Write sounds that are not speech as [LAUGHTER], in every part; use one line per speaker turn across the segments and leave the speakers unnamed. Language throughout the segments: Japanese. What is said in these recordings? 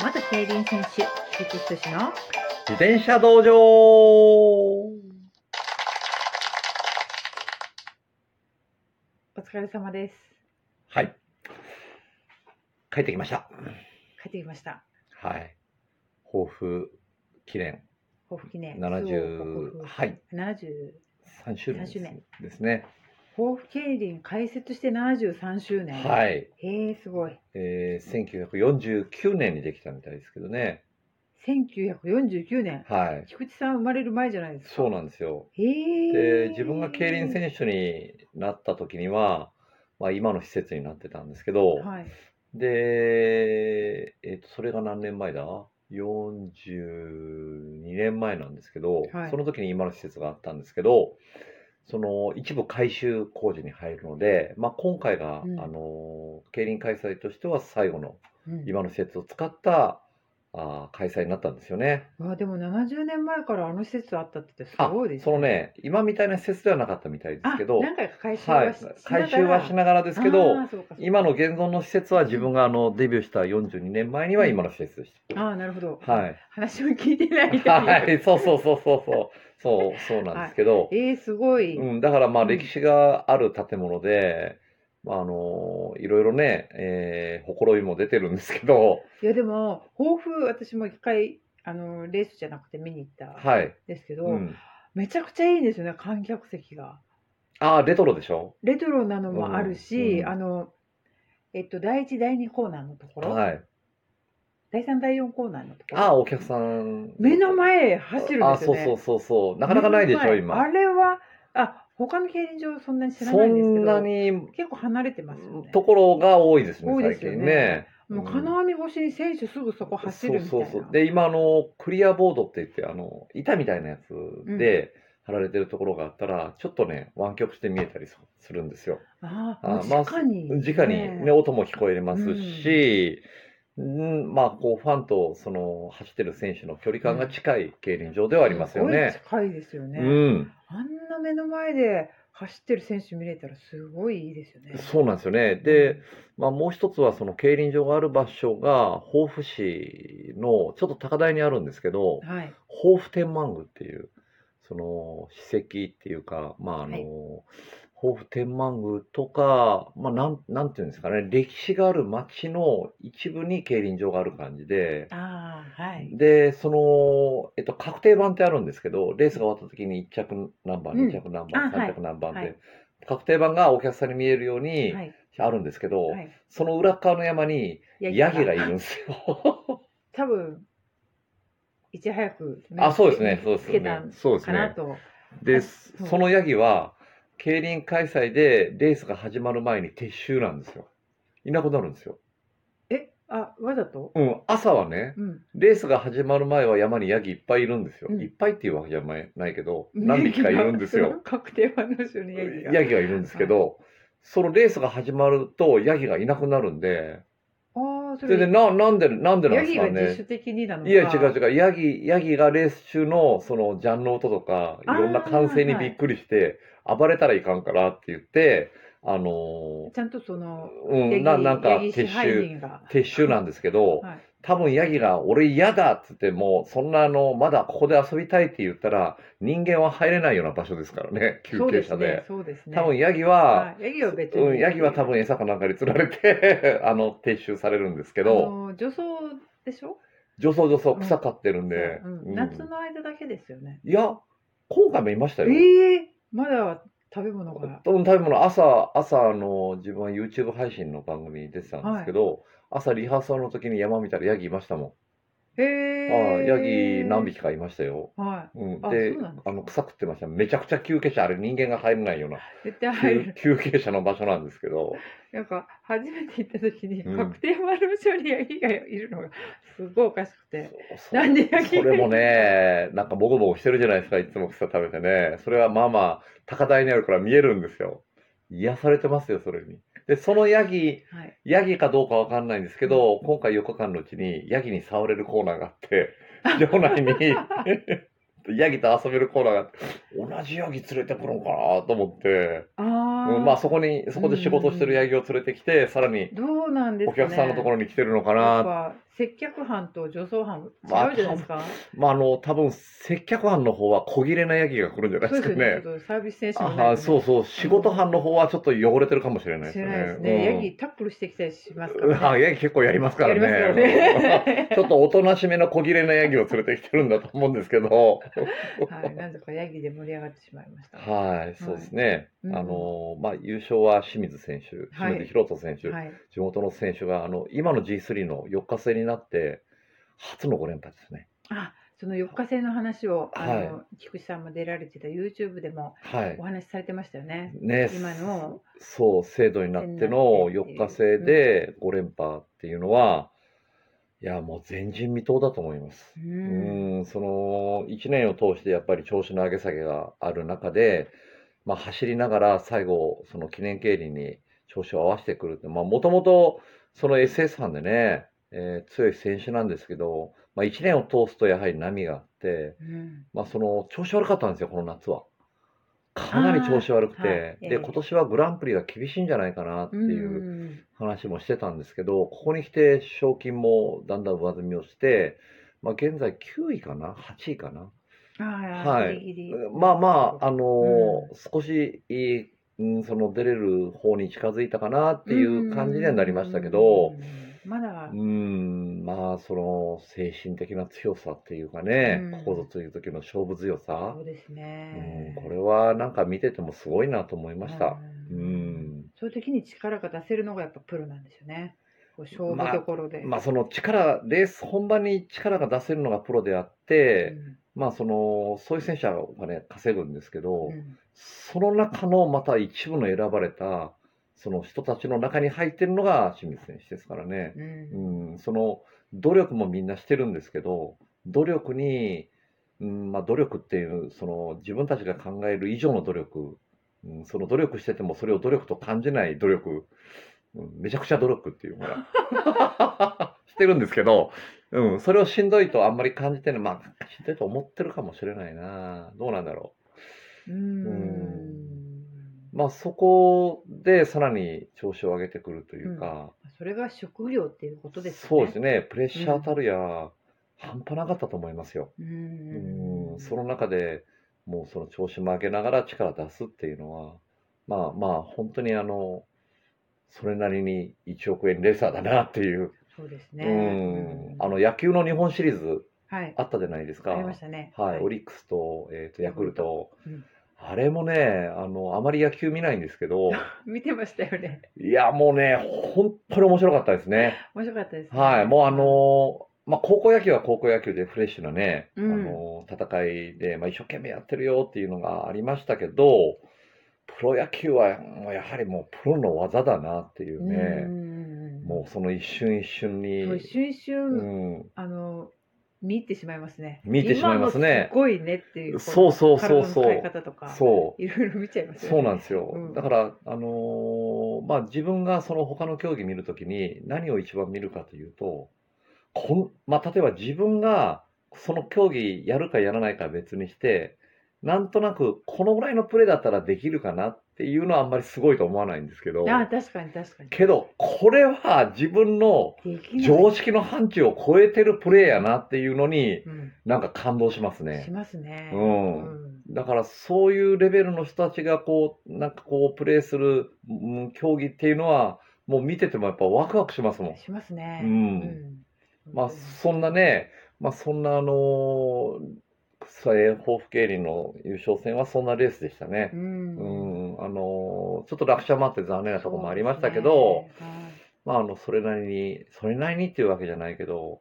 元競輪選手、菊池仁の
自転車道場
お疲れ様です。
はい。帰ってきました。
帰ってきました。
はい。抱負記念
抱負記念。
70、
そう
はい、
抱負
3周年
三周
で
年
すですね。
70。抱負競輪開設して73周年。。
はいい。
へえ、すごい。
えー、1949年にできたみたいですけどね。
1949年。
はい。
菊池さん生まれる前じゃないですか。
そうなんですよ。
へえ。
で、自分が競輪選手になった時には、まあ今の施設になってたんですけど、
はい。
で、えっと、それが何年前だ ?42 年前なんですけど、
はい
その時に今の施設があったんですけど、その一部改修工事に入るので、まあ、今回が、
うん
あの競輪開催としては最後の
うん
今の施設を使った、あー開催になったんですよね。
うわでも70年前からあの施設あったってす
あ
ごいです
そのね、今みたいな施設ではなかったみたいですけど、
あ何回か回収
は
はいし,、、
改修はし
い
ながらですけど、
今
今の現存の施設は自分があのデビューした42年前には今の施設でした。
ああなるほど、
はい。
話を聞いてないみたいな、[LAUGHS]
[LAUGHS] はい、そうそうそうそうそう。そう、そうなんですけど。
えー、すごい、
うん、だからまあ
うん
歴史がある建物で、まああの、いろいろね、えー、ほころびも出てるんですけど、
いやでも抱負私も一回あのレースじゃなくて見に行ったん
はい。
ですけど、
うん。
めちゃくちゃいいんですよね観客席が
ああ、レトロでしょ
レトロなのもある
うん
し、
うん
あのえっと第一第二コーナーのところ、
はい。
第三第四コーナーのところ
ああ、お客さん。
目の前走るんですよね
あそうそうそうそう。なかなかないでしょ、
目の前あ
今。
れは、あ、他の競輪場そんなに知ら
そ
ないんですけ
んな
ど、
に、
結構離れてますよね。
ところが多いですね、
多いで
最
すよね
近ね。
もう
うん
金網越しに選手すぐそこ走るみたいな。
そうそうそうで今あのクリアボードって言ってあの板みたいなやつで貼られてるところがあったら、ちょっとね湾曲して見えたりすするんですよ。
あ
あ
あ、
まあ
直に、
直にね音も聞こえますし、うんまあこうファンとその走ってる選手の距離感が近い競輪場ではありますよ
す
ね。
ごい近いですよね、
うん、
あんな目の前で走ってる選手見れたらすごいいいですよね。
そうなんですよね。で、まあ、もう一つはその競輪場がある場所が防府市のちょっと高台にあるんですけど、
はい。
防府天満宮っていうその史跡っていうかまああの、
はい
防府天満宮とか、まあ、なんなんていうんですかね歴史がある町の一部に競輪場がある感じで。
ああ、はい。
で、その、えっと、確定版ってあるんですけど、レースが終わった時に1着何番、
うん
2着何番、
あはい
3着何番って、
はい
確定版がお客さんに見えるように
はい。
あるんですけど、
はい。
その裏側の山にヤギがいるんです
[LAUGHS]
よ。
多分、いち早く目を
あ、
つけ
そうですね、そうです
つ
よ
けた
ね
ん。
そうです
か
ね。
なと。
で、
あ
そ
そう
そのヤギは、競輪開催でレースが始まる前に撤収なんですよ。いなくなるんですよ。
え、あ、わざと
うん、朝はね、
うん。
レースが始まる前は山にヤギいっぱいいるんですよ。
うん
いっぱいっていうわけじゃないけど、何匹かいるんで
[LAUGHS]
すよ。。
確定版の後ろにヤギが。
ヤギがいるんですけど、そのレースが始まるとヤギがいなくなるんで、
ああ、そ
それで
れ。
ななんで、なんでなん
ヤ
です
ギ
か
が自主
ね。
的になのか。
いや違う違う、ヤギ、ヤギがレース中のそのジャンの音とか、い
あー
ろんな歓声にびっくりして、暴れたらいかんからって言って、あの
ちゃんとその、
ー
ヤ
うん、
ギ
ななんか
ヤギ支
撤
配
収、
人が。
撤収なんですけど、
はい
多分ヤギが俺嫌だって言って、もうそんなあの、まだここで遊びたいって言ったら、人間は入れないような場所ですからね、休
そう
憩
です
車
ね
で。。
そうですね。
多分ヤギは、
はいヤギは別に。
うん、ヤギは多分餌かなんかに釣られて、 [LAUGHS] あの、撤収されるんですけ
あ
ど、
の女装でしょ
除草除草草刈ってるんで、
そううん
うん
夏の間だけですよね。
いや、今回もいましたよ。
ええまだ食べ物が。
多分食べ物、朝、朝あの、自分は YouTube 配信の番組に出てたんですけど、朝リハーサルの時に山見たらヤギいましたも
へ
ん。
え
ああヤギ何匹かいましたよ。
は
うん、
あ
で
そうなんです。
あの、草食ってました。めちゃくちゃ休憩車、あれ人間が入れないようない
[LAUGHS] 絶対入
休
る。
休憩車の場所なんですけど、
なんか、初めて行った時に、
うん
確定丸の処理ヤギがいるのが、すごいおかしくて。
そ
なんでヤギ
それもね、なんかボコボコしてるじゃないですか、いつも草食べてね。それはまあまあ、高台にあるから見えるんですよ。癒されてますよ、それに。で、そのヤギ、
はい。
ヤギかどうかわかんないんですけど、今回4日間のうちにヤギに触れるコーナーがあって、場内に
[LAUGHS]
ヤギと遊べるコーナーがあって、同じヤギ連れてくるのかなと思って、
ああ、
うんまあそこに、そこで仕事してるヤギを連れてきて、さらに
どうなんです
お
かね。
客さんのところに来てるのか
や
な
っ。ぱ接客班と女装班違うじ
まあ
ゃないですか。
まああの、多分接客班の方は小切れなヤギが来るんじゃない
そ
で
う
す
で
か
すよね
ね。。
ちょっとサービス精神もない
あ
で
あ
すね
そうそう、仕事班の方はちょっと汚れてるかもしれないで
知
す
ら
ね。
ないですね。
うん
ヤギタックルしてきたりしますか
うん [LAUGHS]
ら
あ
ね。
ヤギ結構やりますか
や
ら
りますよ
ね。
ね。
[LAUGHS]
[LAUGHS]
ちょっとおとなしめの小切れなヤギを連れてきてるんだと思うんです
[LAUGHS]
けど。
はい、なんとかヤギで盛り上がってしまいました。
はい、そうですね。
うん
あの、まあ、優勝は清水選手、
はい
清水宏斗選手、
はい、
地元の選手が、あの、今の G3 の4日制になって、初の5連覇ですね。
あその4日制の話を、
はい
あの菊池さんも出られてた YouTube でも
はい
お。話しされてましたよね。
ね、
今の
そう、制度になっての4日制で5連覇っていうのは、いや、もう前人未到だと思います。
う
うんん、その1年を通してやっぱり調子の上げ下げがある中で、まあ、走りながら最後、その記念競輪に調子を合わせてくるって、もともとその SS 班でね、えー強い選手なんですけど、まあ、1年を通すとやはり波があって、
うん
まあ、その調子悪かったんですよ、この夏は。かなり調子悪く
あーは
て、
いえ
で
え
今年はグランプリが厳しいんじゃないかなっていう。
うん
話もしてたんですけど、ここに来て賞金もだんだん上積みをして、まあ、現在9位かな、8位かな。
あ
は
あ
い
ギリギリ
まあまあ、あの
う
ー少しいい、うん、その出れる方に近づいたかなっていう感じにはなりましたけど、
うんまだ
うん、まあ、その精神的な強さっていうかね、
うん
ここぞという時の勝負強さ
そ、うです
うん
ね、。
これはなんか見ててもすごいなと思いました。う
うん
ん
そういう時に力が出せるのがやっぱプロなんですよね。こう勝負どころで。
まあその力、レース本番に力が出せるのがプロであっ
う
て、
ん
まあその、そういう選手はお金稼ぐんですけど、
うん
その中のまた一部の選ばれた、その人たちの中に入ってるのが清水選手ですからね。
うん
うん、その努力もみんなしてるんですけど、努力に、うんまあ、努力っていう、その自分たちが考える以上の努力、うん、その努力しててもそれを努力と感じない努力、うん、めちゃくちゃ努力っていう、ほら、
[LAUGHS]
してるんですけど、うん、それをしんどいとあんまり感じてない、まあ、しんどいと思ってるかもしれないな、どうなんだろう。
うん
まあそこでさらに調子を上げてくるというか、
それが職業っていうことですね。
そうですね、プレッシャーたるや、半端なかったと思いますよ。
うん
うんその中でもうその調子も上げながら力出すっていうのは、まあまあ、本当にあの、それなりに1億円レーサーだなっていう、
そうです
う
ね。
ん
うん
あの野球の日本シリーズ
はい。
あったじゃないですか。
ありましたね。
はい、オリックスと,、えーとヤクルト、
うん
あれもねあの、あまり野球見ないんです
[LAUGHS]
けど、
見てましたよね。
いや、もうね、本当に面白かったですね。
面白かったですね。
はい、もうあのーまあ、高校野球は高校野球でフレッシュなね、
うん
あのー戦いで、まあ、一生懸命やってるよっていうのがありましたけど、プロ野球はもうやはりもうプロの技だなっていう
う
ね、
ん
もうその一瞬一瞬に、
そう一瞬一
う
瞬
ん、
あの見入ってしまいますね。
見入ってしまいますね
今のすごいねっていう。
そううそうそう
体の
そ、
使いう方とか。
そう。
いろいろ見ちゃいますよ
そう
ね。
なんですよ。
うん
だから、あのーまあ、自分がその他の競技見るときに何を一番見るかというと、こんまあ、例えば自分がその競技やるかやらないかは別にして、なんとなくこのぐらいのプレーだったらできるかなっていうのはあんまりすごいと思わないんですけど、
ああ確かに確かに。
けど、これは自分の
できない
常識の範疇を超えてるプレーやなっていうのに、
うん
なんか感動します
し
ね。
ますね。
うん
うん
だからそういうレベルの人たちがこう、なんかこうプレーする、うん競技っていうのは、もう見ててもやっぱワクワクしますもん。
しますね。
うん
うん
まあそんなね、まあそんなあのー、草江豊府競輪の優勝戦はそんなレースでしたね
う。。
うんん、あのーちょっと落車もあって残念なとこもありましたけど、
そうですねはい
まああの、それなりに、それなりにっていうわけじゃないけど、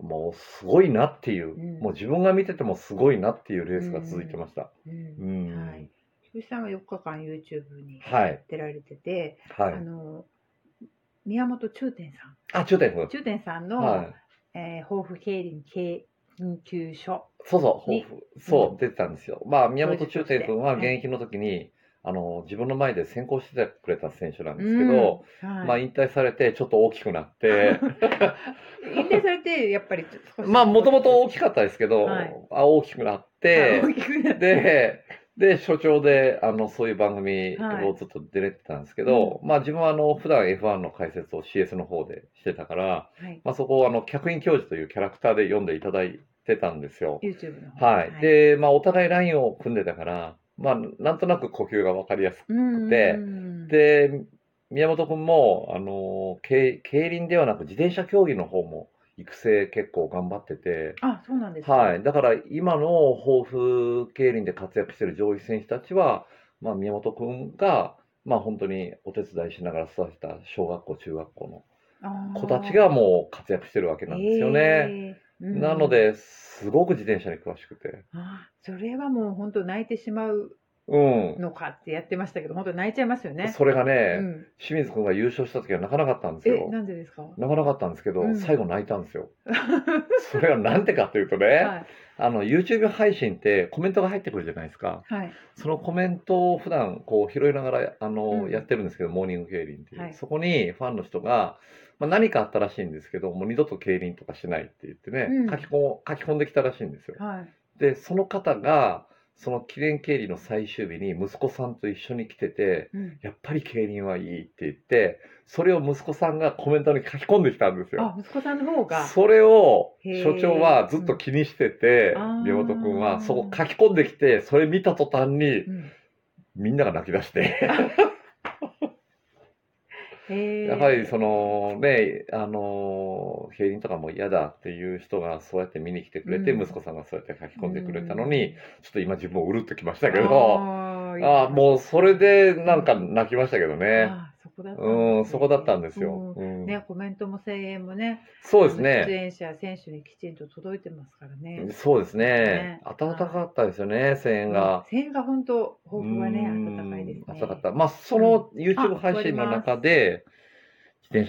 もうすごいなっていう、
うん
もう自分が見ててもすごいなっていうレースが続いてました。
う
うんん。
はい。菊池さんは4日間 YouTube に
はい。
出られてて、
はい
あ。の宮本中天さん、
あ、中点
中天さんの、
はい。
えー、抱負経理研究所、
そうそう、抱
に
負。そうう、出てたんですよ。まあ、宮本
そうです
中天君
は
は
い
現役の時に、あの、自分の前で先行してくれた選手なんですけど、
うんはい
まあ、引退されてちょっと大きく
[LAUGHS]
なって、
引退されてやっぱり少し [LAUGHS]
まあ、もともと大きかったですけど、
はい
あ大きくなって
あ、大きくなって
で、で、所長で、あの、そういう番組
はい
をずっと出れてたんですけど、まあ自分はあの、普段 F1 の解説を CS の方でしてたから、
はい。
まあそこをあの、客員教授というキャラクターで読んでいただいてたんですよ。
YouTube の方。
はい。で、まあお互いラインを組んでたから、まあなんとなく呼吸がわかりやすく
うん、
で
うん、
で、宮本君も、あの、け競輪ではなく自転車競技の方も育成結構頑張ってて、
あ、そうなんですか。
はい。だから今の豊富競輪で活躍している上位選手たちは、まあ、宮本君が、まあ、本当にお手伝いしながら育てた小学校、中学校
あー
の子たちがもう活躍してるわけなんですよね。
ええうん
なので、すごく自転車に詳しくて。
あーそれはもう本当泣いてしまう
うん。
のかってやってましたけど、本当泣いちゃいますよね。
それがね、
うん、
清水君が優勝した時は泣かなかったんです
え、
よ。
なんでですか。
泣かなかったんですけど、
うん
最後泣いたんで
[LAUGHS]
すよ。それはなんでかっていうとね、
はい。
あの、YouTube 配信ってコメントが入ってくるじゃないですか。
はい。
そのコメントを普段こう拾いながらあの、
うん
やってるんですけど、モーニング競輪っていう、
はい
そこにファンの人が、まあ、何かあったらしいんですけど、もう二度と競輪とかしないって言ってね、
うん
書き込書き込んできたらしいんですよ。
はい。
で、その方が、その記念競輪の最終日に息子さんと一緒に来てて、
うん。
やっぱり競輪はいいって言って、それを息子さんがコメントに書き込んできたんですよ。
あ、息子さんの方が。
それを
へー
所長はずっと気にしてて
うんあー、
宮本君はそこ書き込んできて、それ見た途端に、
うん
みんなが泣き出して、
へえ
やはりそのね、あの、競輪とかも嫌だっていう人がそうやって見に来てくれて、
うん
息子さんがそうやって書き込んでくれたのに、、ちょっと今自分をうるっときましたけど、
あ
ああ、
う
もうそれでなんか泣きましたけど
ね。
ね。
あーそこだったんですね
うん、そこだったんですよ。。う
うん
ん
ね、コメントも声援もね、
そうです
あの出
ね。
演者、選手にきちんと届いてますからね。
そうですね
ね。
暖かったですよね、声援が。
声援が本当、豊富はね、
うん
暖かいですね。
暖かった。まあ、その
あ
YouTube 配信の中で、